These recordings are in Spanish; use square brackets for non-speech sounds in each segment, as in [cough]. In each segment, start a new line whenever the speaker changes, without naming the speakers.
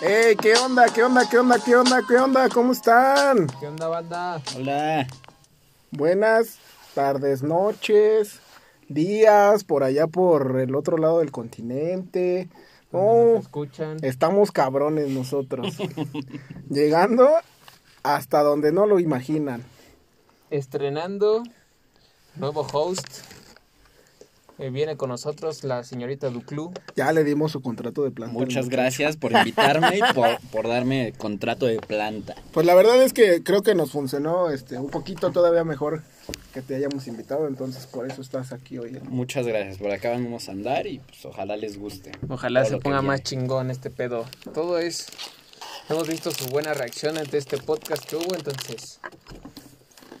Hey, ¿qué onda? ¿Qué onda? ¿Qué onda? ¿Qué onda? ¿Qué onda? ¿Cómo están?
¿Qué onda, banda?
Hola.
Buenas tardes, noches, días, por allá por el otro lado del continente.
¿Nos
No,
escuchan?
estamos cabrones
[laughs]
nosotros. Llegando hasta donde no lo imaginan.
Estrenando nuevo host. Eh, viene con nosotros la señorita Duclú.
Ya le dimos su contrato de planta.
Muchas gracias por invitarme y por, por darme contrato de planta.
Pues la verdad es que creo que nos funcionó este un poquito todavía mejor que te hayamos invitado, entonces por eso estás aquí hoy.
Muchas gracias, por acá vamos a andar y pues ojalá les guste.
Ojalá
todo
se
lo que
ponga más
viene.
chingón este pedo. Todo es... Hemos visto su buena reacción ante este podcast que hubo, entonces...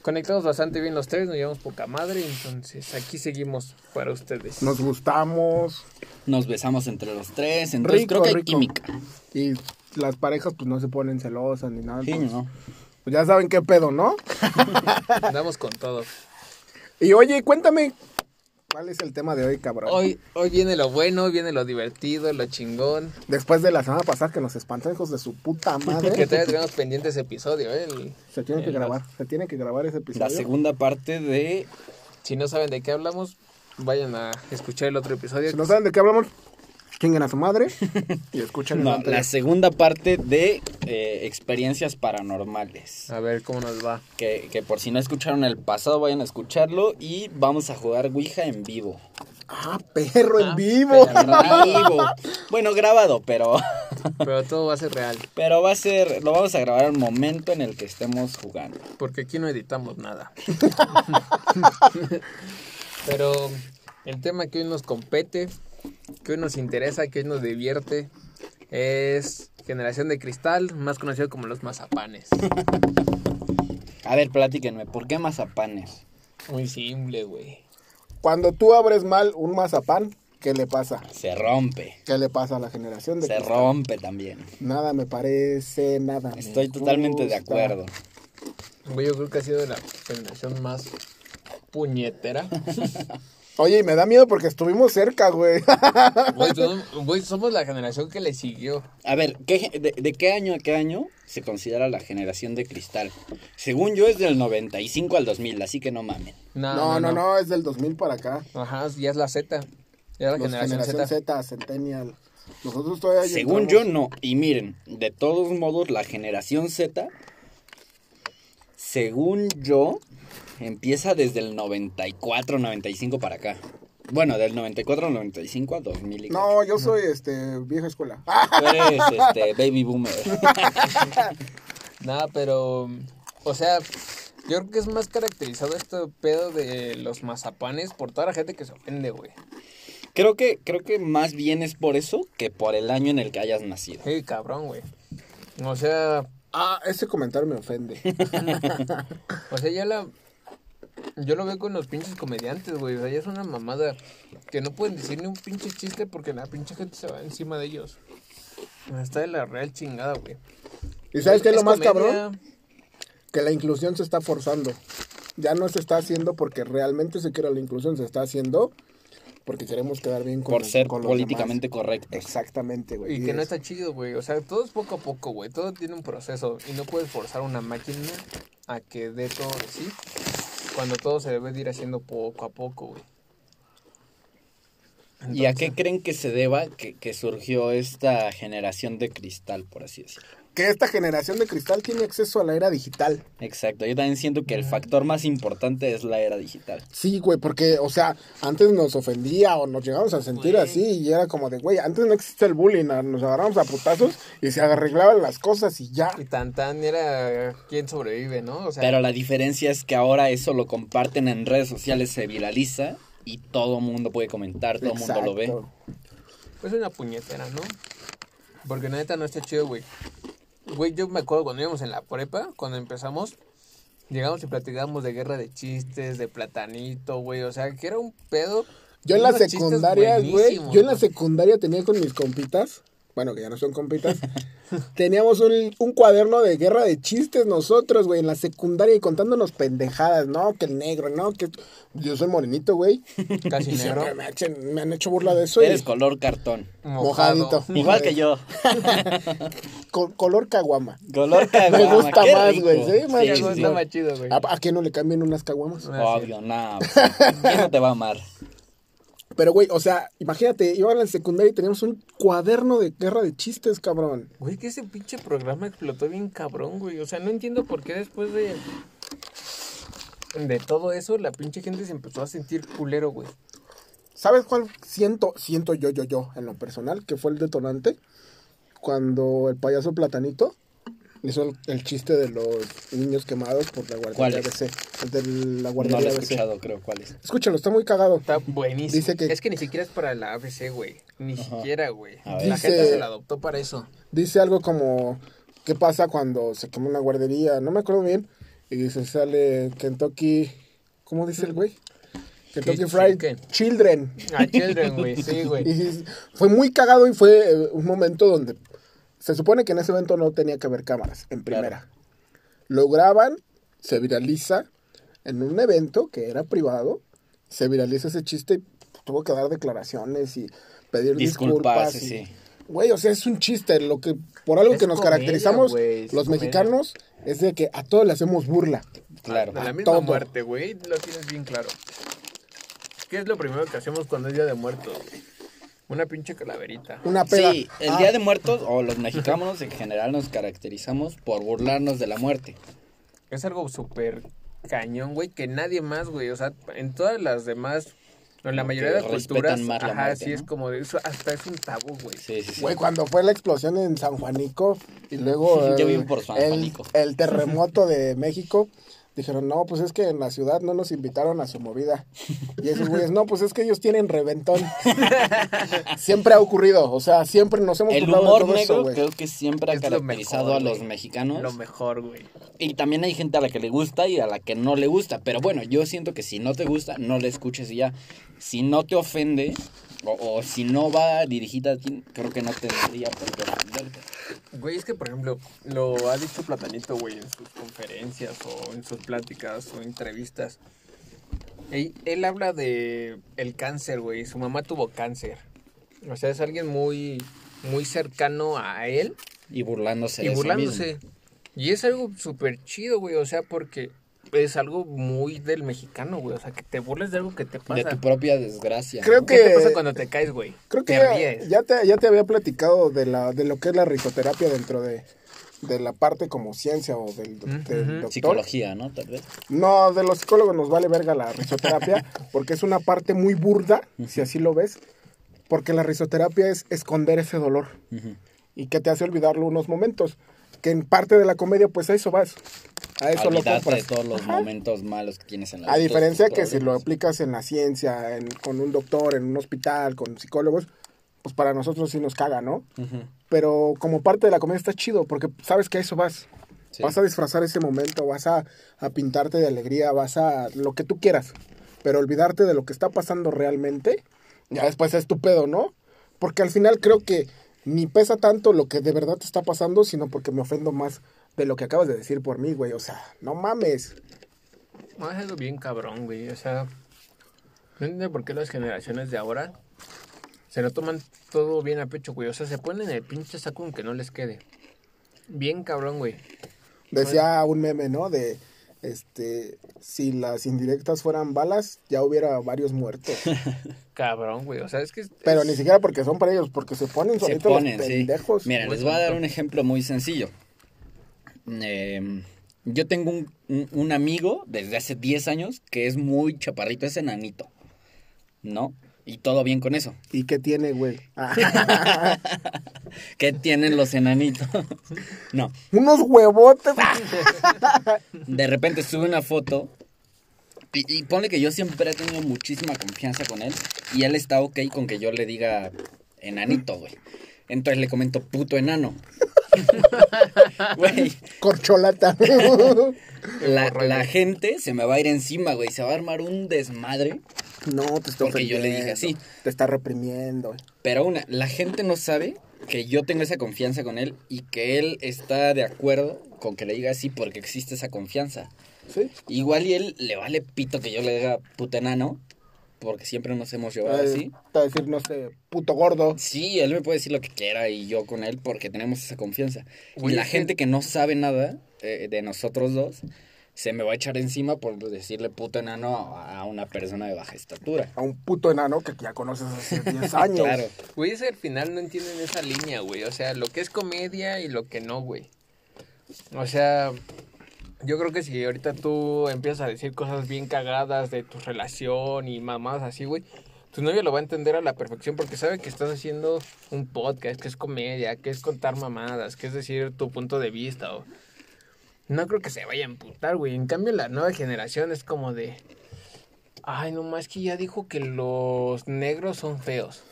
Conectados bastante bien los tres, nos llevamos poca madre, entonces aquí seguimos para ustedes. [laughs]
Nos gustamos
Nos besamos entre los tres, entonces
Rico,
Pues creo que hay
rico.
química.
y las parejas pues no se ponen celosas ni nada.
Sí,
entonces,
¿no?
Pues ya saben qué pedo, ¿no?
Andamos con todo.
Y oye, cuéntame, ¿cuál es el tema de hoy, cabrón?
Hoy, hoy viene lo bueno, viene lo divertido, lo chingón.
Después de la semana pasada que nos espantan hijos de su
[laughs]
puta
Que
madre.
todavía tenemos pendiente ese episodio, ¿eh? El-
se tiene que
el-
grabar, se tiene que grabar ese episodio.
La segunda parte de...
Si no saben de qué hablamos, vayan a escuchar el otro episodio.
Si no saben de qué hablamos, chinguen a su
[laughs]
madre y escuchen el
No,
anterior.
la segunda parte de eh, experiencias paranormales.
A ver cómo nos va.
Que, que por si no escucharon el pasado, vayan a escucharlo y vamos a jugar Ouija en vivo.
Ah, perro en
Ah,
vivo.
perro.
En vivo. Bueno, grabado, pero... [laughs]
Pero todo va a ser real,
Pero va a ser, lo vamos a grabar al momento en el que estemos jugando.
porque aquí no editamos nada. Pero el tema que hoy nos compete, que hoy nos interesa, que hoy nos divierte, es Generación de Cristal, más conocido como los mazapanes.
A ver, platíquenme, ¿por qué mazapanes?
Muy simple, güey.
Cuando tú abres mal un mazapán, ¿qué le pasa?
Se rompe.
¿Qué le pasa a la generación de
Se
cristal?
rompe también.
Nada me parece, nada. me
Estoy totalmente de
gusta.
acuerdo.
Güey, yo creo que ha sido la generación más puñetera.
Oye, y me da miedo porque estuvimos cerca,
[laughs]
güey.
Güey, todos- güey, somos la generación que le siguió.
A ver, ¿qué ge- de, de qué año a qué año se considera la generación de cristal? Según yo es del 95 al 2000, así que no mamen.
no, no, no, es del 2000 para acá.
Ajá, ya es la Z. Ya es la
Los
generación,
generación Z,
Z.
Centennial. Nosotros todavía ya
Según yo
entramos-
no. Y miren, de todos modos, la generación Z, según yo, empieza desde el 94, 95 para acá. Bueno, del 94 al 95 a 2000. y cacho.
No, yo soy este vieja escuela. Ah,
Tú eres este, baby boomer.
Nada, pero. O sea, yo creo que es más caracterizado este pedo de los mazapanes por toda la gente que se ofende, güey.
Creo que, creo que más bien es por eso que por el año en el que hayas nacido.
Sí, cabrón, güey. O sea,
ah, ese comentario me ofende.
O sea, ya la. Yo lo veo con los pinches comediantes, güey. O sea, ya es una mamada. Que no pueden decir ni un pinche chiste porque la pinche gente se va encima de ellos. Está de la real chingada, güey.
¿Y sabes
[laughs]
qué es lo más
comedia.
cabrón? Que la inclusión se está forzando. Ya no se está haciendo porque realmente se quiere la inclusión, se está haciendo porque queremos quedar bien con
Por
los-
ser
con los
políticamente
demás.
correcto.
Exactamente, güey.
Y que no
es-
está chido, güey. O sea, todo es poco a poco, güey. Todo tiene un proceso. Y no puedes forzar una máquina a que dé todo de sí. Cuando todo se debe de ir haciendo poco a poco, güey.
¿Y a qué creen que se deba que, que surgió esta generación de cristal, por así decirlo?
que esta generación de cristal tiene acceso a la era digital.
Exacto, yo también siento que el factor más importante es la era digital.
Sí, güey, porque, o sea, antes nos ofendía o nos llegábamos a sentir
Güey.
así y era como de, güey, antes no existía el bullying, a- nos agarramos a putazos y se arreglaban las cosas y ya.
Y tan tan era quien sobrevive, ¿no? O sea,
Pero la diferencia es que ahora eso lo comparten en redes sociales, se viraliza y todo mundo puede comentar, todo mundo lo ve.
Exacto.
Pues una puñetera, ¿no? Porque la neta no está chido, güey. Güey, yo me acuerdo cuando íbamos en la prepa, cuando empezamos, llegamos y platicábamos de guerra de chistes, de platanito, güey. O sea, que era un pedo.
Yo en la
Unos chistes
secundaria, güey,
buenísimos,
yo en la
¿no?
secundaria tenía con mis compitas bueno, que ya no son compitas, [laughs] teníamos un, un cuaderno de guerra de chistes nosotros, güey, en la secundaria y contándonos pendejadas, ¿no? Que el negro, ¿no? Que yo soy morenito, güey.
[laughs] Casi
Y [laughs]
negro.
siempre me, hacen- me han hecho burla de eso. y-
Eres color cartón.
mojadito.
Igual que yo.
Col- color caguama.
Color
[laughs]
caguama.
Me gusta
qué
más,
rico.
güey, sí, me
Sí,
gusta
güey, está más chido, güey.
¿A, a qué no le cambian unas caguamas? [laughs]
Obvio, nada. ¿Quién no te va a amar?
Pero, güey, o sea, imagínate, iban a la secundaria y teníamos un cuaderno de guerra de chistes, cabrón.
Güey, que ese pinche programa explotó bien cabrón, güey. O sea, no entiendo por qué después de. De todo eso, la pinche gente se empezó a sentir culero, güey.
¿Sabes cuál siento, siento yo, yo, yo, en lo personal, que fue el detonante? Cuando el payaso Platanito hizo el, el chiste de los niños quemados por la guardería
¿Cuál es?
ABC. El de la
No lo
guardería
he
ABC.
escuchado, creo, cuál es.
Escúchalo, está muy cagado.
Está buenísimo.
Dice que-
Es que ni siquiera es para la ABC, güey. Ni siquiera, güey.
A
La
ver.
gente
Dice-
se la adoptó
[laughs]
para eso.
Dice algo como, ¿qué pasa cuando se quema una guardería? No me acuerdo bien. Y dice, sale Kentucky, ¿cómo dice el güey? Kentucky
Kid
Fried
Chicken.
Children.
A Ah, Children, güey. Sí,
Y
güey.
sí, fue muy cagado y fue eh, un momento donde se supone que en ese evento no tenía que haber cámaras, en
Claro.
primera. Lo graban, se viraliza en un evento que era privado, se viraliza ese chiste y tuvo que dar declaraciones y pedir disculpas.
Disculpas,
y-
sí. sí.
Güey, o sea, es un chiste. Lo que, por algo
Es
que nos
comedia,
caracterizamos
güey, es
los
comedia.
mexicanos es de que a todos le hacemos burla.
Claro.
De
A
la misma
todo.
muerte, güey. Lo tienes bien claro. ¿Qué es lo primero que hacemos cuando es día de muertos? güey? Una pinche calaverita.
Una peda.
Sí, el
Ah,
Día de Muertos, o los mexicanos en general, nos caracterizamos por burlarnos de la muerte.
Es algo súper cañón, güey, que nadie más, güey. O sea, en todas las demás, en la
Como
mayoría
que
de las
respetan
culturas,
más la
ajá,
muerte,
sí es
¿no?
como de eso, hasta es un tabú, güey.
Sí, sí, sí.
Güey, cuando fue la explosión en San Juanico y luego el,
[laughs] Yo vivo por San
el-
Juanico. [laughs]
el terremoto de México, dijeron, no, pues es que en la ciudad no nos invitaron a su movida. Y esos güeyes, no, pues es que ellos tienen reventón.
[laughs]
siempre ha ocurrido, o sea, siempre nos hemos
El
burlado de
humor
todo eso,
negro
güey.
creo que siempre ha
Es lo
caracterizado
mejor,
a los
güey.
mexicanos.
Lo mejor, güey.
Y también hay gente a la que le gusta y a la que no le gusta. Pero bueno, yo siento que si no te gusta, no le escuches y ya. Si no te ofende o, o si no va dirigida a ti, creo que no tendría por qué ofenderte.
Güey, es que, por ejemplo, lo ha dicho Platanito, güey, en sus conferencias o en sus pláticas o entrevistas. Él, él habla de el cáncer, güey. Su mamá tuvo cáncer. O sea, es alguien muy, muy cercano a él.
Y burlándose
y
de sí
burlándose.
mismo.
Y es algo súper chido, güey. O sea, porque es algo muy del mexicano, güey. O sea, que te burles de algo que te
De
pasa.
tu propia desgracia.
Creo
¿Qué te
que-
pasa cuando te caes, güey?
Creo que
te
ya,
eh.
ríes.
ya te, ya te había platicado de, la, de lo que es la risoterapia dentro de, de la parte como ciencia o del, del
Ujú.
doctor.
Psicología, ¿no? Tal vez.
No, de los psicólogos nos vale verga la
[laughs]
risoterapia porque es una parte muy burda, si así lo ves, porque la risoterapia es esconder ese dolor
Ujú.
y que te hace olvidarlo unos momentos, que en parte de la comedia pues a eso vas, a eso lo
Olvidarte de
compras.
todos los momentos malos que tienes en la
A
vida,
diferencia
todos tus
que si lo
problemas.
aplicas en la ciencia, en- con un doctor, en un hospital, con psicólogos, pues para nosotros sí nos caga, ¿no?
Ujú.
Pero como parte de la comedia está chido, porque sabes que a eso vas.
Sí.
Vas a disfrazar ese momento, vas a, a pintarte de alegría, vas a lo que tú quieras. Pero olvidarte de lo que está pasando realmente, ya después es tu pedo, ¿no? Porque al final creo que ni pesa tanto lo que de verdad te está pasando, sino porque me ofendo más de lo que acabas de decir por mí, güey. O sea, no mames.
No, es algo bien cabrón, güey. O sea, no entiendo por qué las generaciones de ahora se lo toman todo bien a pecho, güey. O sea, se ponen el pinche saco aunque no les quede. Bien cabrón, güey.
Decía un meme, ¿no? De, este, si las indirectas fueran balas, ya hubiera varios
[laughs]
muertos.
Cabrón, güey. O sea, es que...
Pero
es-
ni siquiera porque son para ellos, porque se ponen
se
solitos
ponen,
los
sí.
pendejos.
Mira,
Pues,
les voy a dar
tanto.
un ejemplo muy sencillo. Eh, yo tengo un, un- un amigo desde hace 10 años que es muy chaparrito, es enanito, ¿no? Y todo bien con eso.
¿Y qué tiene,
[laughs]
güey?
¿Qué tienen los enanitos? [laughs] no,
Unos huevotes. ¡Ah!
de repente sube una foto y, y ponle que yo siempre he tenido muchísima confianza con él y él está ok con que yo le diga enanito, güey. Entonces le comento puto enano. [laughs] Güey, [laughs]
Corcholata.
La,
Hemorroides.
la gente se me va a ir encima, güey. Se va a armar un desmadre.
no, te estoy
Porque yo le dije así.
Te está reprimiendo.
Pero una, la gente no sabe que yo tengo esa confianza con él y que él está de acuerdo con que le diga así porque existe esa confianza.
Sí.
Igual y él le vale pito que yo le diga puto enano, porque siempre nos hemos llevado
Eh,
así.
Te va a decir, no sé, puto gordo.
Sí, él me puede decir lo que quiera y yo con él porque tenemos esa confianza.
Güey,
y la
es que-
gente que no sabe nada eh, de nosotros dos se me va a echar encima por decirle puto enano a a una persona de baja estatura.
A un puto enano que ya conoces hace
[laughs]
10 años.
Claro.
Güey, es que al final no entienden esa línea, güey. O sea, lo que es comedia y lo que no, güey. O sea, yo creo que si ahorita tú empiezas a decir cosas bien cagadas de tu relación y mamadas así, güey, tu novio lo va a entender a la perfección porque sabe que estás haciendo un podcast, que es comedia, que es contar mamadas, que es decir tu punto de vista o... No creo que se vaya a emputar, güey. En cambio, la nueva generación es como de... Ay, no más que ya dijo que los negros son feos.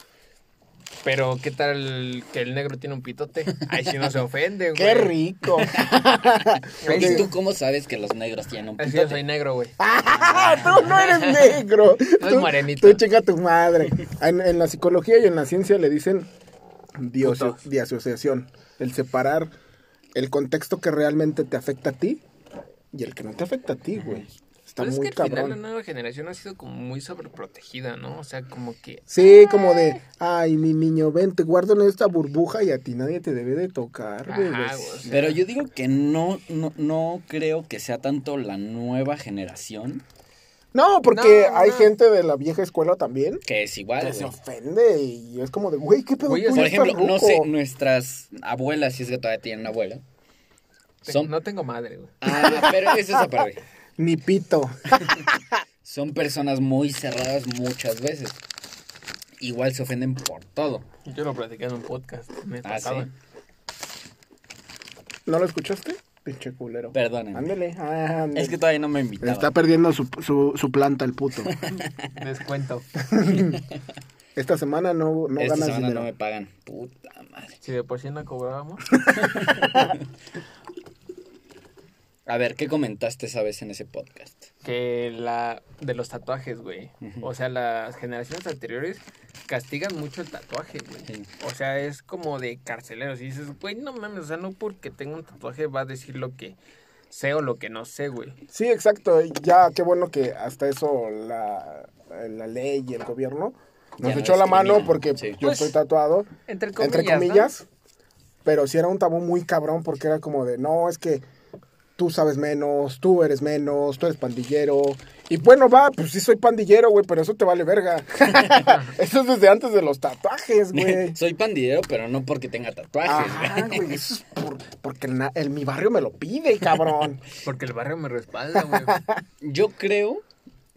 Pero, ¿qué tal que el negro tiene un pitote? Ay, si no se ofende,
[laughs]
güey.
¡Qué
[laughs]
rico!
Ahí
¿Y
sí.
tú cómo sabes que los negros tienen un
Es que yo
pitote?
soy negro, güey.
¡Ah! [laughs] ¡Tú no eres
[laughs]
negro!
Soy
tú,
morenito.
Tú chinga tu madre. En, en la psicología y en la ciencia le dicen diaso-
Puto.
diasociación. El separar el contexto que realmente te afecta a ti y el que no te afecta a ti, güey. Está
Pero Pues es
muy
que al
cabrón.
final la nueva generación ha sido como muy sobreprotegida, ¿no? O sea, como que...
Sí, como de, ay, mi niño, ven, te guardo en esta burbuja y a ti nadie te debe de tocar, güey.
Ajá,
güey.
güey, o sea,
Pero yo digo que no, no, no creo que sea tanto la nueva generación,
No, porque
No,
hay
no.
gente de la vieja escuela también
que es igual.
que se
güey.
ofende y es como de, güey, ¿qué pedo?
Güey,
tú
o
Por
ya estás
ejemplo, no
ruco?
sé, nuestras abuelas, si es que todavía tienen abuela,
te-
son...
No tengo madre, güey.
Ah, pero eso es aparte.
Ni pito.
son personas muy cerradas muchas veces. Igual se ofenden por todo.
Yo lo platicé en un podcast. Me
Ah,
pasaba.
¿sí?
¿No lo escuchaste? Pinche culero.
Perdónenme.
Ándele, ándele.
Es que todavía no me invitaban.
Está perdiendo su, su, su planta el
[laughs]
puto.
Descuento.
Esta semana no, no
Esta
ganas
semana
dinero.
no me pagan. Puta madre.
Si de por sí no cobrábamos.
A ver, ¿qué comentaste esa vez en ese podcast?
que la de los tatuajes, güey. O sea, las generaciones anteriores castigan mucho el tatuaje, güey.
Sí.
O sea, es como de carceleros. Y dices, güey, no mames, o sea, no porque tenga un tatuaje va a decir lo que sé o lo que no sé, güey.
Sí, exacto. y Ya, qué bueno que hasta eso la, la ley y el gobierno nos
Ya no
echó la mano
discriminan,
porque
sí.
yo
Pues,
estoy tatuado.
Entre comillas.
entre
¿no?
comillas. Pero sí era un tabú muy cabrón porque era como de, no, es que tú sabes menos, tú eres menos, tú eres pandillero. Y bueno, va, pues sí soy pandillero, güey, pero eso te vale verga. [laughs] eso es desde antes de los tatuajes, güey.
Soy pandillero, pero no porque tenga tatuajes.
Ajá, güey, eso es por- porque el na- el- mi barrio me lo pide, cabrón.
Porque el barrio me respalda, güey.
Yo creo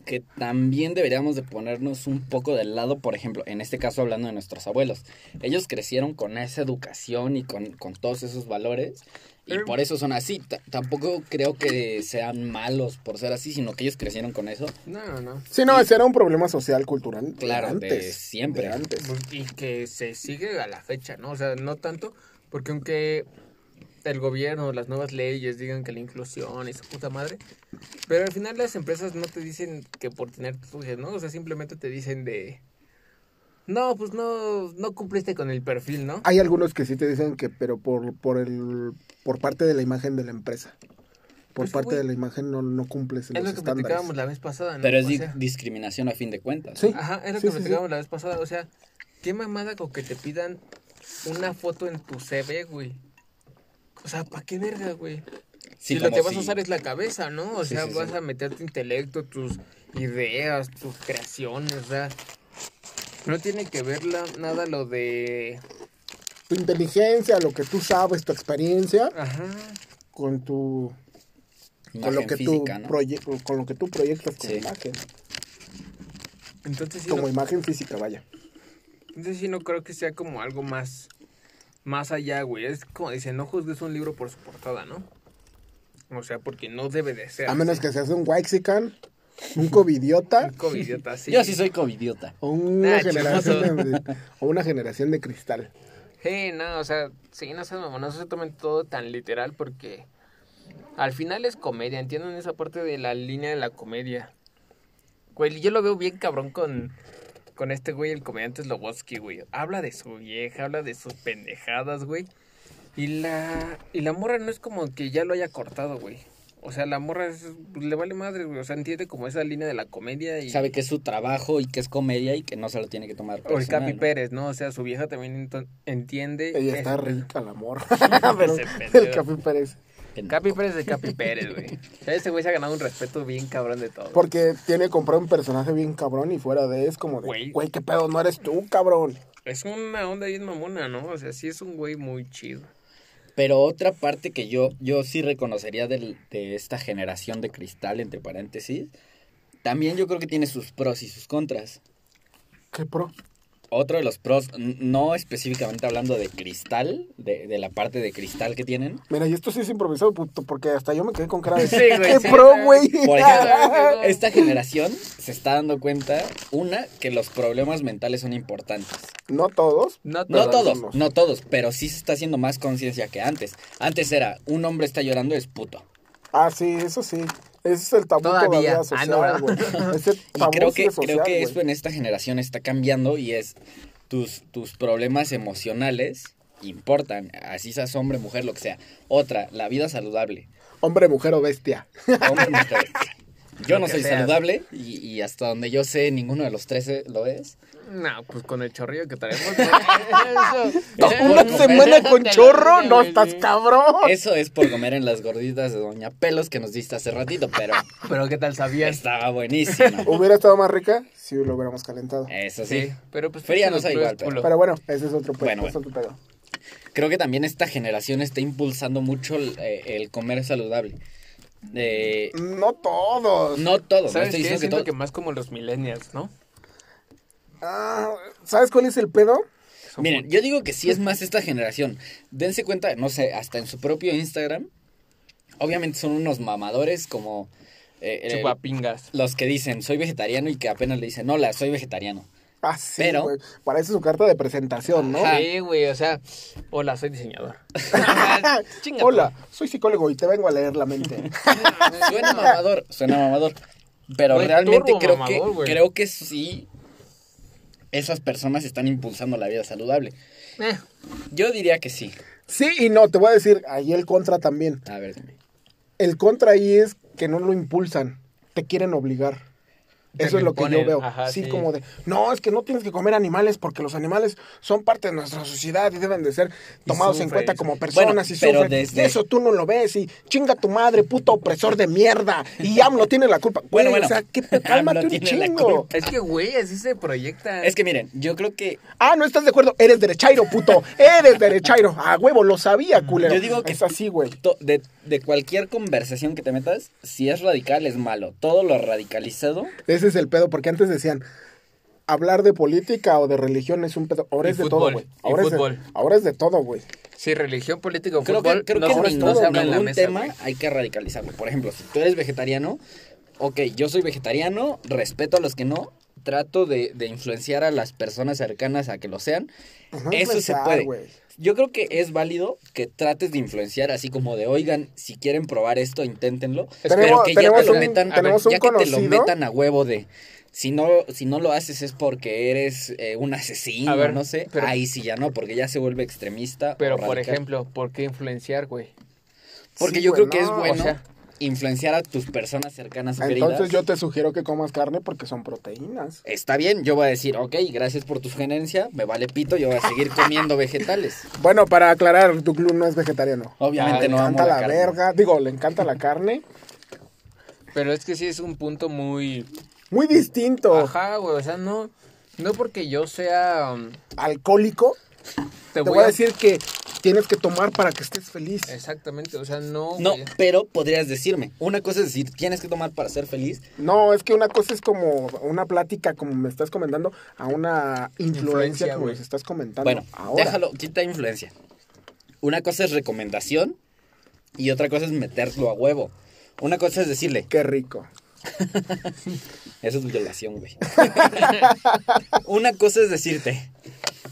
que también deberíamos de ponernos un poco del lado, por ejemplo, en este caso hablando de nuestros abuelos. Ellos crecieron con esa educación y con, con todos esos valores y
Pero-
por eso son así. Ta- tampoco creo que sean malos por ser así, sino que ellos crecieron con eso.
No, no, no.
Sí, no, ese era un problema social, cultural. de
Claro, de
antes.
siempre.
de antes.
Y que se sigue a la fecha, ¿no? O sea, no tanto, porque aunque el gobierno, las nuevas leyes digan que la inclusión y su puta madre, pero al final las empresas no te dicen que por tener tatuajes, ¿no? O sea, simplemente te dicen de... No, pues no, no cumpliste con el perfil, ¿no?
Hay algunos que sí te dicen que, pero por, por, el, por parte de la imagen de la empresa. Por
Pues,
parte
güey,
de la imagen no, no cumples
Es
los
lo que
estándares.
platicábamos la vez pasada, ¿no? pues
Pero es
O
di-
sea,
discriminación a fin de cuentas.
Sí.
Ajá, es lo
Sí,
que
sí,
platicábamos la vez pasada, o sea, qué mamada con que te pidan una foto en tu CV, güey. O sea, ¿para qué verga, güey? si
Sí,
lo
como
que vas
si-
a usar es la cabeza, ¿no? O
Sí,
sea,
sí, sí.
vas a meter tu intelecto, tus ideas, tus creaciones, o sea. No tiene que ver la- nada lo de.
Tu inteligencia, lo que tú sabes, tu experiencia,
Ajá.
con tu con
imagen
lo que
física,
tú
¿no?
proye- con lo que tú proyectas como
Sí.
imagen,
Entonces sí,
como
no,
imagen física, vaya.
entonces sí no creo que sea como algo más. Más allá, güey. Es como dicen, no juzgues un libro por su portada, ¿no? O sea, porque no debe de ser.
A menos que seas un waxican, un covidiota
Un covidiota, sí.
[laughs] Yo sí soy covidiota.
o una
Ah,
generación
chismoso.
de, o una generación de cristal.
Sí, no, o sea, sí, no seas mamón, no se tomen todo tan literal porque al final es comedia, entienden esa parte de la línea de la comedia. Güey, yo lo veo bien cabrón con con este güey, el comediante Slobotsky, güey. Habla de su vieja, habla de sus pendejadas, güey. Y la, y la morra no es como que ya lo haya cortado, güey. O sea, la morra es- le vale madre, güey. O sea, entiende como esa línea de la comedia y...
Sabe que es su trabajo y que es comedia y que no se lo tiene que tomar
O el
personal,
Capi
¿no?
Pérez, ¿no? O sea, su vieja también ento- entiende...
Ella está
[laughs] eso.
rica, la morra. Pero
Ese
el
pendejo.
Capi Pérez.
Que no.
Capi Pérez de Capi Pérez, güey. O sea, ese güey se ha ganado un respeto bien cabrón de todo.
Porque tiene comprado un personaje bien cabrón y fuera de es como de,
Güey.
güey, qué pedo, no eres tú, cabrón.
Es una onda bien mamona, ¿no? O sea, sí es un güey muy chido.
Pero otra parte que yo, yo sí reconocería del- de esta generación de cristal, entre paréntesis, también yo creo que tiene sus pros y sus contras.
Qué pro.
Otro de los pros, n- no específicamente hablando de cristal, de, de la parte de cristal que tienen.
Mira, y esto sí es improvisado, puto, porque hasta yo me quedé con cara de,
[laughs] Sí,
qué
güey, sí,
pro,
güey.
güey. [laughs]
Por
ejemplo,
Esta generación se está dando cuenta, una, que los problemas mentales son importantes.
No todos.
No
No
Pero
todos,
algunos.
no todos, pero sí se está haciendo más conciencia que antes. Antes era, un hombre está llorando, es puto.
Ah, sí, eso sí. Ese es el tabú
Todavía.
todavía,
Ah,
social,
no, [laughs]
güey. Ese
Y
tabú
creo
sí
que,
es social,
creo que
güey.
eso en esta generación está cambiando y es tus, tus problemas emocionales importan, así seas hombre, mujer, lo que sea. Otra, la vida saludable.
Hombre, mujer o bestia.
Hombre, mujer. Yo no
que
soy
seas.
saludable y, y hasta donde yo sé, ninguno de los tres eh, lo es.
No, pues con el chorrillo que traemos. [laughs] güey. Eso- eso
Una
[laughs] no-
semana con
[laughs] te lo
chorro,
dije,
no
güey.
estás cabrón.
Eso es por comer en las gorditas de Doña Pelos que nos diste hace ratito,
[laughs]
pero
Pero ¿qué tal sabías?
estaba buenísimo.
Hubiera estado más rica si lo hubiéramos calentado.
Eh,
Eso sí.
Uh, Sí, pero pues...
Feria no
pues,
sabe
pues,
igual, pero-
culo.
Pero bueno, ese es otro pedo.
Bueno,
es otro pedo.
Creo que también esta generación está impulsando mucho el, eh, el comer saludable. Eh,
No todos.
no todo, no
¿Sabes
estoy
qué?
diciendo que
Siento
todo.
que más como los millennials, ¿no?
Ah, ¿Sabes cuál es el pedo?
Son
Miren, yo digo que sí es más esta generación. Dense cuenta, no sé, hasta en su propio Instagram. Obviamente son unos mamadores como eh, eh,
chupapingas.
los que dicen soy vegetariano y que apenas le dicen hola, soy vegetariano.
Ah, sí,
Pero-
güey. Para eso es su carta de presentación, ¿no?
Ajá.
Sí, güey, o sea, hola, soy [laughs] diseñador. Chinga tu
Hola, soy psicólogo y te vengo a leer la mente. [laughs]
Suena mamador, suena mamador. Pero
Güey,
realmente
turbo
creo
mamador,
que
güey.
creo que sí esas personas están impulsando la vida saludable.
Eh,
Yo diría que sí.
sí y no, te voy a decir, ahí el contra también.
A ver, dime.
El contra ahí es que no lo impulsan, te quieren obligar.
Te
Eso es lo que yo
imponen,
veo.
ajá,
sí,
sí.
como de, no, es que no tienes que comer animales porque los animales son parte de nuestra sociedad y deben de ser
Y
tomados en
sufren,
cuenta
sí.
como personas y
pero
sufren.
desde-
Y Eso tú no lo ves y chinga tu madre, puto opresor de mierda. Y
[laughs]
AMLO tiene la culpa.
Bueno,
Güey,
bueno.
O sea, qué pe- cálmate
AMLO
un
tiene la
chingo.
culpa.
es que, güey, así se proyecta.
Es que miren, yo creo que
Ah, ¿no estás de acuerdo? Eres derechairo, puto. Eres derechairo. A huevo, lo sabía, culero.
Yo digo que-
es así, güey.
to- de, de cualquier conversación que te metas, si es radical es malo. Todo lo radicalizado
Ese es el pedo, porque antes decían, hablar de política o de religión es un pedo. Ahora
Y
es de
fútbol,
todo, güey.
y
Ahora, es de-
fútbol.
ahora es de todo, güey.
Sí, religión, política o
creo
fútbol,
que, creo
no,
que
se-
en
no
ningún,
se habla en la
ningún
mesa,
tema
güey.
hay que radicalizarlo. Por ejemplo, si tú eres vegetariano, ok, yo soy vegetariano, respeto a los que no, trato de, de influenciar a las personas cercanas a que lo sean.
Ajá,
Eso se
influenciar,
puede.
güey.
Yo creo que es válido que trates de influenciar así como de, oigan, si quieren probar esto, inténtenlo. pero
Tenemos-
que ya te
tenemos
lo
un-
metan, a ver,
tenemos un
ya que te lo
conocido.
metan a huevo de... Si no, si no lo haces es porque eres eh, un asesino,
A ver,
no sé.
pero-
Ahí sí ya no, porque ya se vuelve extremista. o
Pero, por
radical.
ejemplo, ¿por qué influenciar, güey?
Porque
Sí,
yo
güey,
creo que es
no,
bueno
o sea-
influenciar a tus personas cercanas sugeridas.
Entonces yo te sugiero que comas carne porque son proteínas.
Está bien, yo voy a decir, ok, gracias por tu sugerencia, me vale pito, yo voy a seguir
[laughs]
comiendo vegetales.
Bueno, para aclarar, Duglum no es vegetariano.
Obviamente
Ah,
no
le
amo
encanta la,
la carne.
verga. Digo, le encanta la carne.
Pero es que sí es un punto muy...
Muy distinto.
Ajá, güey, o sea, no... No porque yo sea... um,
Alcohólico. Te,
Te,
voy, a decir que tienes que tomar para que estés feliz.
Exactamente, o sea, no...
No,
güey.
pero podrías decirme, una cosa es decir, tienes que tomar para ser feliz.
No, es que una cosa es como una plática, como me estás comentando, a una influencia,
Influencia,
como
güey.
nos estás comentando.
Bueno,
ahora.
déjalo, quita influencia. Una cosa es recomendación y otra cosa es meterlo a huevo. Una cosa es decirle,
Qué rico.
Eso es violación, güey. Una cosa es decirte,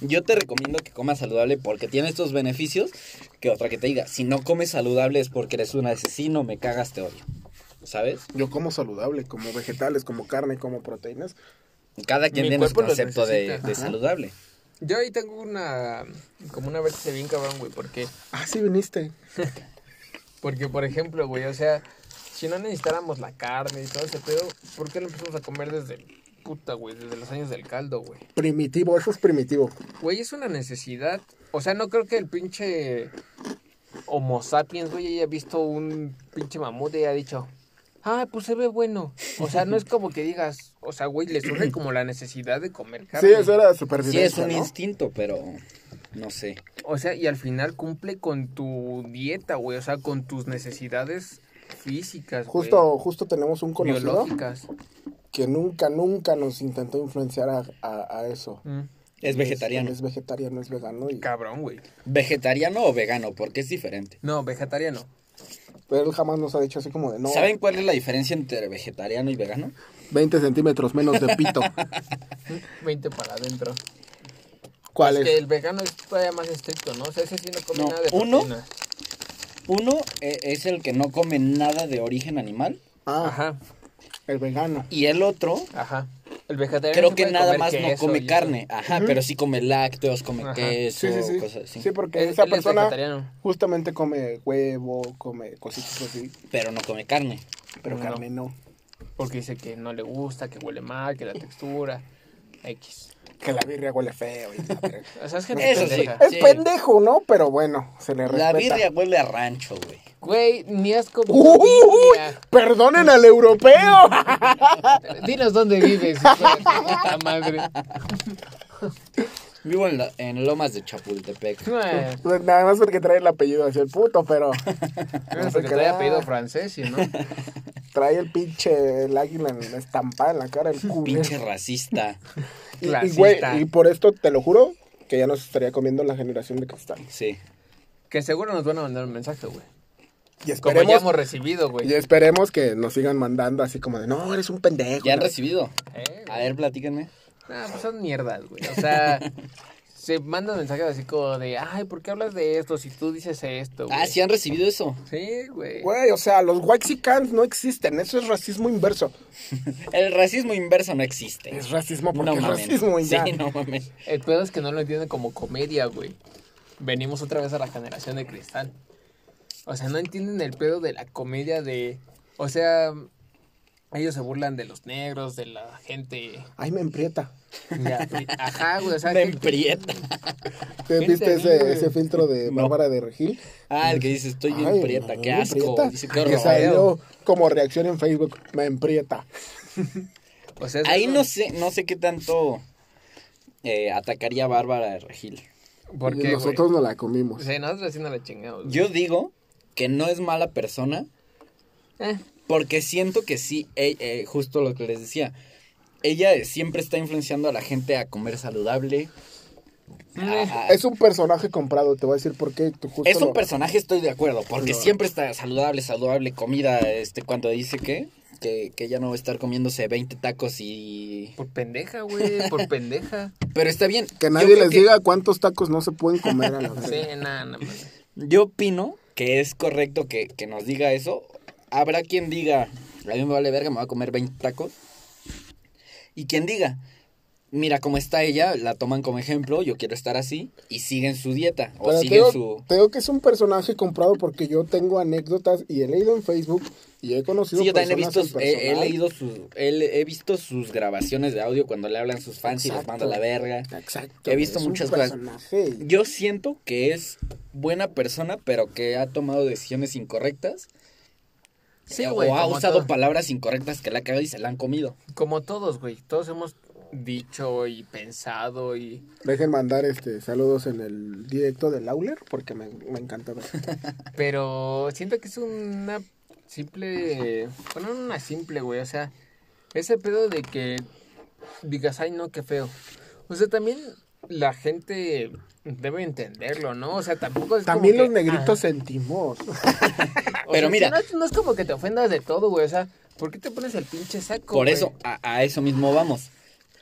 yo te recomiendo que comas saludable porque tiene estos beneficios, que otra que te diga, si no comes saludable es porque eres un asesino, me cagas, te odio. ¿Sabes?
Yo como saludable, como vegetales, como carne, como proteínas.
Cada quien
Mi
tiene su
cuerpo lo
concepto de,
necesita.
de
Ajá.
saludable.
Yo ahí tengo una. Como una vértice bien cabrón, güey. Porque,
Ah, sí viniste.
porque, por ejemplo, güey, o sea, si no necesitáramos la carne y todo ese pedo, ¿por qué lo empezamos a comer desde el puta, güey? Desde los años del caldo, güey.
Primitivo, eso es primitivo.
Güey, es una necesidad. O sea, no creo que el pinche Homo sapiens, güey, haya visto un pinche mamut y haya dicho, ah, pues se ve bueno. O sea, no es como que digas, o sea, güey, le surge como la necesidad de comer carne.
Sí, eso era
Pues
Sí,
supervivencia,
es un
¿no?
instinto, pero no sé.
O sea, y al final cumple con tu dieta, güey, o sea, con tus necesidades físicas, güey,
Justo, justo tenemos un conocido
biológicas.
que nunca, nunca nos intentó influenciar a, a- a eso.
Mm.
Es vegetariano.
Es, vegetariano, es vegano. y-
Cabrón, güey.
¿Vegetariano o vegano? Porque es diferente.
No, vegetariano.
pero él jamás nos ha dicho así como de no.
¿Saben cuál es la diferencia entre vegetariano y vegano?
20 centímetros menos de pito.
20 para adentro.
¿Cuál
Es que
es?
el vegano es todavía más estricto, ¿no? O sea, ese sí no come
No,
nada de
uno.
proteína.
Uno eh, es el que no come nada de origen animal
Ah,
Ajá,
el vegano.
y el otro
ajá. El vegetariano
creo
sí
que
puede
nada
comer
más no
queso y
come
eso.
carne. Ajá, pero sí come lácteos, come
Ajá.
queso,
Sí, sí, sí.
cosas así.
Sí, porque
Él-
esa
él es
persona
vegetariano.
justamente come huevo, come cositas así,
Pero no come carne.
pero
No.
carne no.
Porque dice que no le gusta, que huele mal, que la textura. X.
Que la birria huele feo. y la verga.
O sea, es gente
Eso sí.
pendeja.
[laughs] es
Sí.
pendejo, ¿no? Pero bueno, se le respeta.
La birria huele a rancho, güey.
Güey, ni has comido
¡Uy!
birria.
¡Perdonen al europeo! [laughs]
Dinos dónde vives, hijo de tu puta
[laughs]
madre.
Vivo en, la- en Lomas de Chapultepec.
Eh,
Nada más porque trae el apellido hacia el puto, pero
Porque
se
te
crea.
haya pedido francés,
[laughs]
¿sí, ¿no?
trae el pinche el águila en- estampada en la cara, el culo.
Pinche racista.
Y, y, güey,
Clasista.
y por esto te lo juro que ya nos estaría comiendo la generación de cristal. [laughs]
Sí.
Que seguro nos van a mandar un mensaje, güey.
Y
Como ya
esperemos,
hemos recibido, güey.
y esperemos que nos sigan mandando así como de, no, eres un pendejo.
¿Ya han recibido?
Eh,
A ver, platíquenme.
Nah, pues son mierdas, güey. O
[laughs]
sea, se mandan mensajes así como de, ay, ¿por qué hablas de esto si tú dices esto, güey?
Ah, sí han recibido eso.
Sí, güey.
Güey, o sea, los waxicans no existen, eso es racismo inverso.
El racismo inverso no existe.
Es racismo porque
No
es
mames.
racismo y ya.
Sí, no mames.
El pedo es que no lo entienden como comedia, güey. Venimos otra vez a la generación de cristal. O sea, no entienden el pedo de la comedia de... O sea, ellos se burlan de los negros, de la gente...
Ay, me emprieta.
de afri- [laughs] Ajá, güey, o sea...
Me
que-
[laughs]
emprieta.
¿Te
Gente
viste ese,
horrible.
ese filtro de Bárbara de Regil?
Ah, el que dice, estoy bien
Ay,
prieta,
me
qué asco.
emprieta.
Dice, qué
que
horror.
salió como reacción en Facebook, me emprieta.
o sea, es
Ahí
algo-
no sé, no sé qué tanto eh, atacaría a Bárbara de Regil.
¿Por
Y
qué,
nosotros
güey?
no la comimos.
Sí, nosotros haciendo la chingada.
Yo digo que no es mala persona
Eh,
porque siento que sí, eh, eh, justo lo que les decía. Ella eh, siempre está influenciando a la gente a comer saludable. a- a-
Eh, Es un personaje comprado, te voy a decir por qué. tú justo
es un
lo-
personaje, estoy de acuerdo, porque
No.
siempre está saludable, saludable, comida, este, cuando dice que, que, que ya no va a estar comiéndose 20 tacos y...
Por pendeja, güey, por [laughs] pendeja.
Pero está bien.
Que
Yo
nadie
creo
les
que-
diga cuántos tacos no se pueden comer
[laughs]
a la verga.
Sí, nada, nada más.
Yo opino que es correcto que, que nos diga eso. Habrá quien diga, a mí me vale verga, me voy a comer 20 tacos. Y quien diga, mira cómo está ella, la toman como ejemplo, yo quiero estar así, y siguen su dieta, o
Pero te
siguen
digo,
su...
te digo que es un personaje comprado porque yo tengo anécdotas y he leído en Facebook y he conocido
Sí, yo también he visto,
personas al
he, he
personal.
leído sus, he, le- he visto sus grabaciones de audio cuando le hablan sus fans y les
Exacto.
manda la verga.
Exacto.
he visto
es un
muchas cosas.
personaje.
Yo siento que es buena persona, pero que ha tomado decisiones incorrectas,
Sí,
eh,
güey.
o ha
como
usado
todo-
palabras incorrectas que la caga y se la han comido.
Como todos, güey. Todos hemos dicho y pensado y...
Dejen mandar este saludos en el directo del Auler porque me, me encanta
[laughs]
ver.
Pero siento que es una simple... Bueno, no una simple, güey. O sea, ese pedo de que digas, ay, no, qué feo. O sea, también la gente debe entenderlo, ¿no? O sea, tampoco es como
También los
que,
negritos sentimos.
ah, o
Pero
sea,
mira.
No, es- no es como que te ofendas de todo, güey. O sea, ¿por qué te pones el pinche saco,
Por
güey?
eso, a, a eso mismo vamos.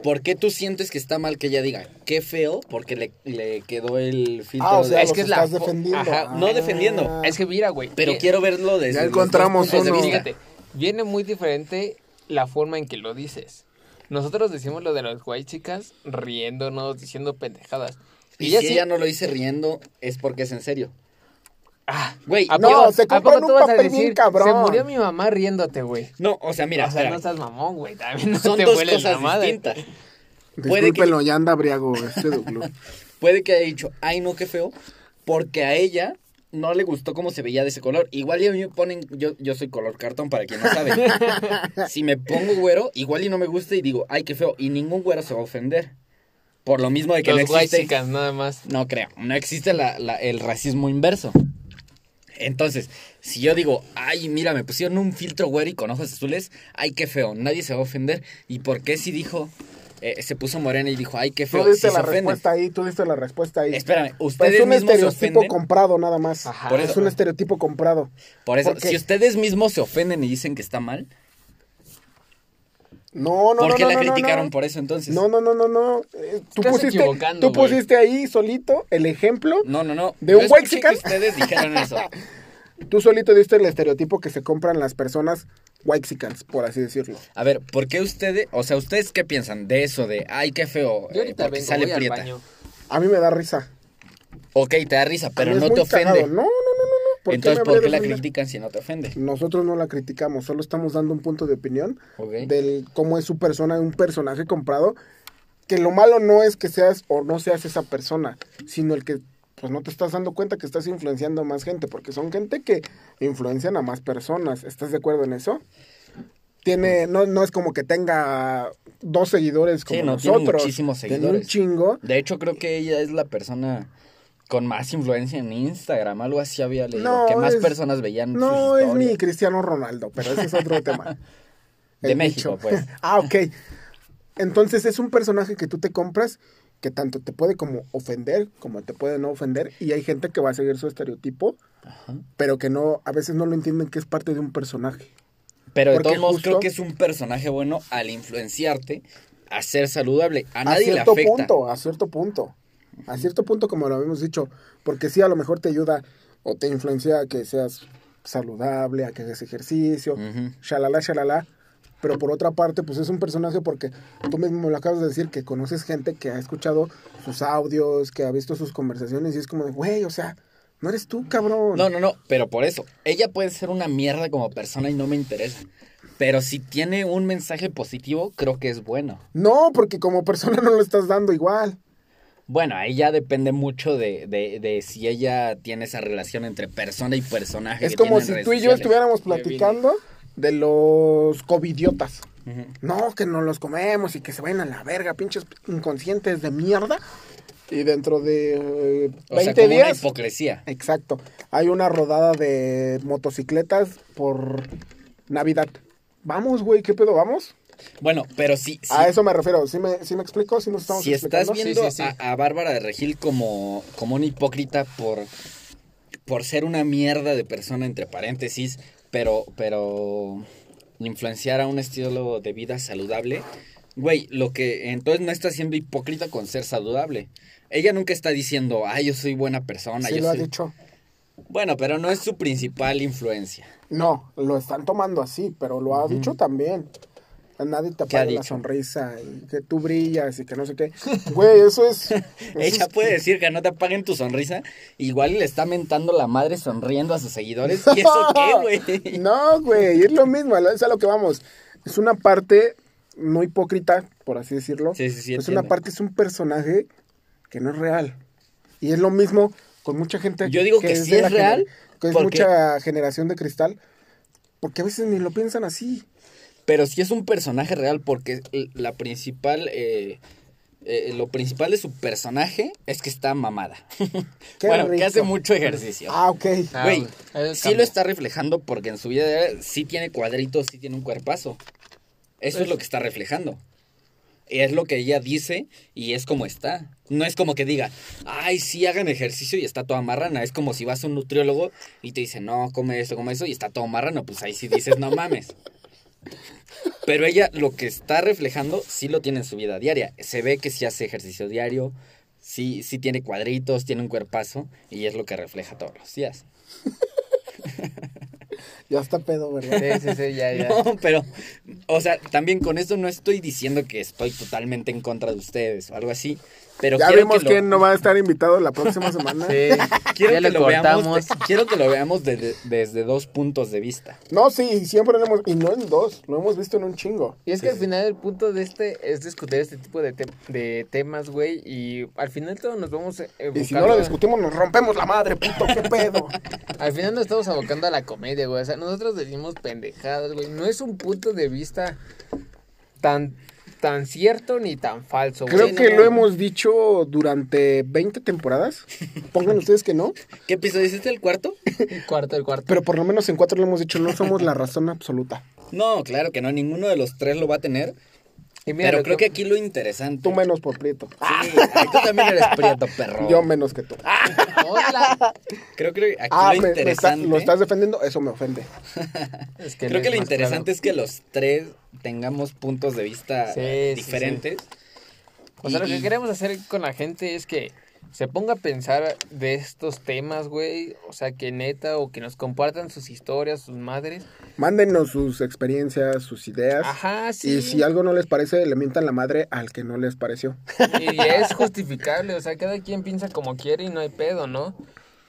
¿Por qué tú sientes que está mal que ella diga, qué feo? Porque le, le quedó el filtro.
Ah, o sea,
de-
es
los
que es la
estás
fo-
defendiendo.
Ajá,
no
Ah.
defendiendo,
Es que mira, güey.
Pero
eh,
quiero verlo desde.
Ya
los dos
encontramos
puntos de
uno.
vista.
Fíjate, viene muy diferente la forma en que lo dices. Nosotros decimos lo de los guay chicas riéndonos, diciendo pendejadas.
Y,
Ella
si
sí-
ella no lo dice riendo, es porque es en serio.
Ah,
Güey,
¿a
no,
poco-
se
a
compran
poco
un
tú vas a
papel bien
decir,
cabrón?
Se murió mi mamá riéndote, güey.
no, o sea, mira,
o sea,
espera.
no estás mamón, güey. También no
son
te
dos
vueles la
cosas
madre.
distintas. Puede que-
Discúlpenlo, ya anda briago este Duclo.
[laughs] Puede que haya dicho, ay, no, qué feo, porque a ella no le gustó cómo se veía de ese color. Igual y a mí me ponen, yo, yo soy color cartón para quien no
[laughs]
sabe. si me pongo güero, igual y no me gusta y digo, ay, qué feo, y ningún güero se va a ofender. Por lo mismo de que
Los
no
guay
existe.
chicas, nada más.
No creo, no existe la- la- el racismo inverso. Entonces, si yo digo, ay, mira, me pusieron un filtro güero y con ojos azules, ay, qué feo, nadie se va a ofender. ¿Y por qué si dijo, eh, se puso morena y dijo, ay, qué
Tú
feo, si
diste
se
la
ofenden?
respuesta ahí, tú diste la respuesta ahí.
Espérame,
Pues
ustedes
es un
mismos se
estereotipo
ofenden.
comprado nada más.
Ajá.
Por
es
eso.
un estereotipo comprado.
Por eso,
porque-
si ustedes mismos se ofenden y dicen que está mal,
No, no,
¿por
no,
qué
no,
la
no, no,
criticaron
no.
por eso entonces?
No, no, no, no, no. Eh, tú
Estás
pusiste,
equivocando,
tú
güey.
pusiste ahí solito el ejemplo.
no, no. no.
¿De
Yo
un
escuché
whitexican?
que Ustedes
[laughs]
dijeron eso.
Tú solito diste el estereotipo que se compran las personas whitexicans, por así decirlo.
A ver, ¿por qué ustedes, o sea, ustedes qué piensan de eso de, ay, qué feo,
Yo
eh,
ahorita
porque
vengo,
sale
voy al
prieta?
baño.
A mí me da risa.
Ok, te da risa,
A
pero
mí es
no
muy
te ofende.
cagado. No, no, no, no, no. ¿Por
Entonces,
me
¿por
habría
qué
de
la
ofender?
critican si no te ofende?
Nosotros no la criticamos, solo estamos dando un punto de opinión
Ok.
del cómo es su persona, un personaje comprado. Que lo malo no es que seas o no seas esa persona, sino el que pues no te estás dando cuenta que estás influenciando a más gente, porque son gente que influencian a más personas. ¿Estás de acuerdo en eso? Tiene, no, no es como que tenga dos seguidores como
Sí, no, tiene
nosotros.
muchísimos
Tiene
seguidores.
un chingo.
De hecho, creo que ella es la persona con más influencia en Instagram, algo así había leído,
No,
que más
es-
personas veían
No
sus
es mi
historias.
Cristiano Ronaldo, pero ese es
[laughs]
otro tema.
De
El
México,
bicho.
pues.
[laughs] ah, ok. Entonces es un personaje que tú te compras que tanto te puede como ofender como te puede no ofender y hay gente que va a seguir su estereotipo, pero que no a veces no lo entienden que es parte de un personaje.
Pero de
Porque
todos modos
justo-
creo que es un personaje bueno al influenciarte a ser saludable. A
a
nadie le
cierto
afecta.
punto, a cierto punto. A cierto punto como lo habíamos dicho, porque sí a lo mejor te ayuda o te influencia a que seas saludable, a que hagas ejercicio,
Ujú.
shalala, shalala. Pero por otra parte, pues es un personaje porque tú mismo me lo acabas de decir, que conoces gente que ha escuchado sus audios, que ha visto sus conversaciones y es como, de, güey, o sea, no eres tú, cabrón.
No, no, no, pero por eso. Ella puede ser una mierda como persona y no me interesa. Pero si tiene un mensaje positivo, creo que es bueno.
No, porque como persona no lo estás dando igual.
Bueno, ahí ya depende mucho de, de- de si ella tiene esa relación entre persona y personaje.
Es
que
como
tiene en
si
redes
tú y yo
sociales.
estuviéramos
viene.
platicando de los covidiotas.
Ujú.
No, que no los comemos y que se vayan a la verga, pinches inconscientes de mierda. Y dentro de eh, 20
O sea, como una
días.
hipocresía.
Exacto. Hay una rodada de motocicletas por Navidad. Vamos, güey, ¿qué pedo? ¿Vamos?
Bueno, pero si, si,
A eso me refiero. ¿Sí me, sí me explico? ¿Sí nos estamos
si estás
explicando?
viendo
Sí, sí, sí.
A, a Bárbara de Regil como, como una hipócrita por, por ser una mierda de persona, entre paréntesis, pero, pero influenciar a un estilo de vida saludable, güey, lo que entonces no está siendo hipócrita con ser saludable. Ella nunca está diciendo, ay, yo soy buena persona,
Sí
yo
lo ha
soy-".
dicho.
Bueno, pero no es su principal influencia.
No, lo están tomando así, pero lo ha dicho también. A nadie te
¿Qué ha
apaga la
dicho?
sonrisa y que tú brillas y que no sé qué. Güey, eso
[laughs]
es. eso
Ella
es-
puede decir que no te apaguen tu sonrisa, igual y le está mentando la madre sonriendo a
[laughs]
sus seguidores. [laughs] ¿Y eso qué, güey?
No, güey, es lo mismo, es a lo que vamos. Es una parte no hipócrita, por así decirlo. Pues
Sí, sí, sí,
Es
entiendo.
una parte, es un personaje que no es real. Y es lo mismo con mucha gente.
Yo digo que sí
de
es
la gener-
real,
Que es
porque-
mucha generación de cristal. Porque a veces ni lo piensan así.
Pero sí es un personaje real porque l- la principal, eh, eh, lo principal de su personaje es que está mamada. [laughs]
Qué
bueno, que
rico.
hace mucho ejercicio.
Ah, ok.
Ah,
Güey,
güey,
sí
cambio.
lo está reflejando porque en su vida diaria sí tiene cuadritos, sí tiene un cuerpazo. Eso es lo que está reflejando. Es lo que ella dice y es como está. No es como que diga, ay, sí, hagan ejercicio y está toda marrana. Es como si vas a un nutriólogo y te dice, no, come esto, come eso y está todo marrano. Pues ahí sí dices, no mames. Pero ella lo que está reflejando sí lo tiene en su vida diaria. Se ve que sí hace ejercicio diario, sí, sí tiene cuadritos, tiene un cuerpazo y es lo que refleja todos los días.
Ya está pedo, ¿verdad?
Sí, sí, sí, ya, ya.
[laughs] No, pero, o sea, también con esto no estoy diciendo que estoy totalmente en contra de ustedes o algo así. Pero
ya
quiero
vimos
que lo-
quién no va a estar invitado la próxima
[laughs]
semana.
Sí,
quiero
ya
que
le
lo veamos
cortamos.
de- [laughs] quiero que lo veamos desde- desde dos puntos de vista.
No, sí, siempre lo hemos. Y no en dos, lo hemos visto en un chingo.
Y es que al final el punto de este es discutir este tipo de, te- de temas, güey. Y al final todos nos vamos e-, a
Y si
enfocar,
no lo
güey.
discutimos, nos rompemos la madre, puto, qué pedo.
[laughs]
Al final nos estamos abocando a la comedia, güey. O sea, nosotros decimos pendejadas, güey. No es un punto de vista tan, tan cierto ni tan falso, güey.
Creo
Sí, no,
que
no.
lo hemos dicho durante 20 temporadas. Pongan ustedes que no.
¿Qué episodio hiciste el cuarto?
El [laughs] cuarto, el cuarto.
Pero por lo menos en cuatro lo hemos dicho, no somos la razón absoluta.
No, claro que no, ninguno de los tres lo va a tener.
Y mira,
pero
lo
creo que aquí lo interesante.
Tú menos por Prieto.
Sí, ay, tú también eres prieto, perro.
Yo menos que tú.
Ah, [laughs] Hola.
Creo que aquí
Ah,
lo
me- me está-
interesante.
lo estás defendiendo, eso me ofende.
Es él
Creo que
es
lo
más
interesante es que los tres tengamos puntos de vista
Sí,
eh,
sí, sí.
diferentes.
claro. O sea, lo
Y-
que
y-
queremos hacer con la gente es que se ponga a pensar de estos temas, güey. O sea, que neta, o que nos compartan sus historias, sus madres.
Mándenos sus experiencias, sus ideas.
Ajá, Ah, sí.
Y si algo no les parece, le mientan la madre al que no les pareció.
Y es justificable, o sea, cada quien piensa como quiere y no hay pedo, ¿no?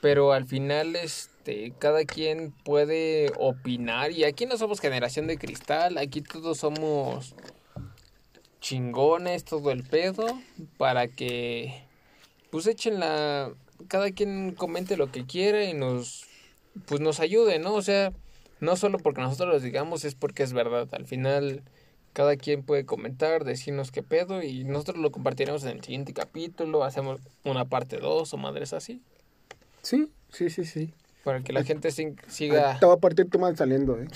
Pero al final, este, cada quien puede opinar y aquí no somos generación de cristal, aquí todos somos chingones, todo el pedo, para que, pues echen la, cada quien comente lo que quiera y nos, pues nos ayude, ¿no? O sea, no solo porque nosotros lo digamos, es porque es verdad, al final... Cada quien puede comentar, decirnos qué pedo y nosotros lo compartiremos en el siguiente capítulo, hacemos una parte 2 o madres así,
Sí, sí, sí, sí.
para que la gente sin-
Ahí
siga,
Te va a partir tu madre saliendo, ¿eh?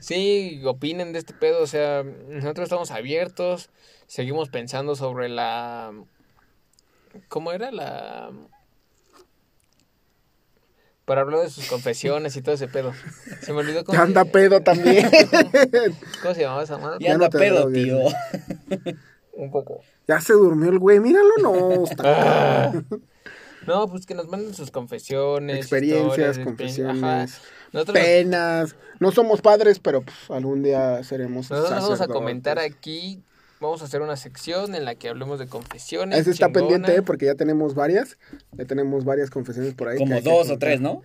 sí, opinen de este pedo, o sea, nosotros estamos abiertos, seguimos pensando sobre la... ¿Cómo era la...? Para hablar de sus confesiones y todo ese pedo. Se me olvidó cómo,
Ya anda
se,
pedo
[laughs]
también.
cómo se llamaba esa mano.
Y
Ya
anda
no te eh.
pedo,
drogues.
tío.
Un poco.
ya se durmió el güey, míralo, no.
Ah,
está-
No, pues que nos manden sus confesiones.
Experiencias,
historias, exper-
confesiones,
ajá. Nosotros,
Penas. No somos padres, pero pues, algún día seremos.
nosotros vamos a
sacerdotes.
comentar aquí. Vamos a hacer una sección en la que hablemos de confesiones.
Ese está
chingona.
pendiente, ¿eh? Porque ya tenemos varias. Ya tenemos varias confesiones por ahí. que
Como
hay que
dos o
contar.
tres, ¿no?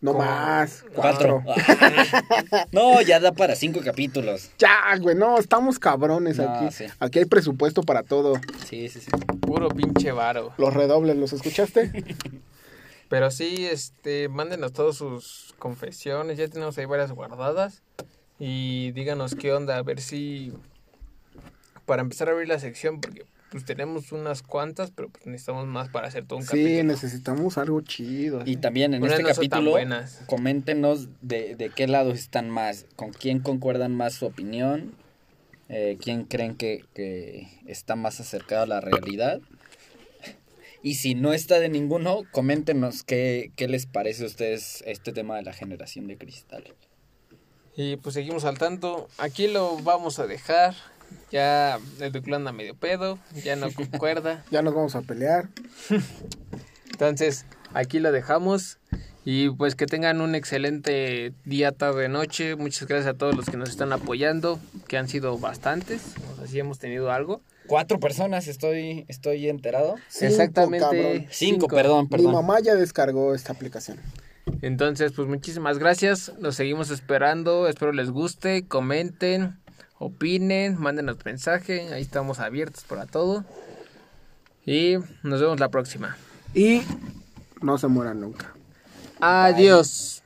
No
Como
más.
Cuatro.
[laughs]
Ah. no, ya da para cinco capítulos.
Ya, güey, no, estamos cabrones
No,
aquí.
sí.
Aquí hay presupuesto para todo.
Sí, sí, sí.
Puro pinche varo.
Los redobles, ¿los escuchaste?
Pero sí, este, mándenos todas sus confesiones. Ya tenemos ahí varias guardadas. Y díganos qué onda. A ver si. Para empezar a abrir la sección, porque pues tenemos unas cuantas, pero pues, necesitamos más para hacer todo [laughs] un
sí,
capítulo.
necesitamos algo chido. ¿eh?
Y también en
Unas
este
no son tan
capítulo,
buenas.
coméntenos de, de qué lado están más, con quién concuerdan más su opinión, eh, quién creen que, que está más acercado a la realidad. Y si no está de ninguno, coméntenos qué, qué les parece a ustedes este tema de la generación de cristal.
Y pues seguimos al tanto. Aquí lo vamos a dejar. Ya el Duclo anda medio pedo,
[laughs]
ya no concuerda.
Ya nos vamos a pelear.
Entonces, aquí lo dejamos. Y pues que tengan un excelente día, tarde, noche. Muchas gracias a todos los que nos están apoyando, que han sido bastantes. O sea, sí hemos tenido algo.
Cuatro personas, estoy, estoy enterado.
Cinco, cabrón.
Exactamente.
Cinco, perdón,
Mi
perdón.
mamá ya descargó esta aplicación.
Entonces, pues muchísimas gracias. Nos seguimos esperando. Espero les guste. Comenten, opinen, mándenos mensaje. Ahí estamos abiertos para todo. Y nos vemos la próxima.
Y no se mueran nunca.
Adiós.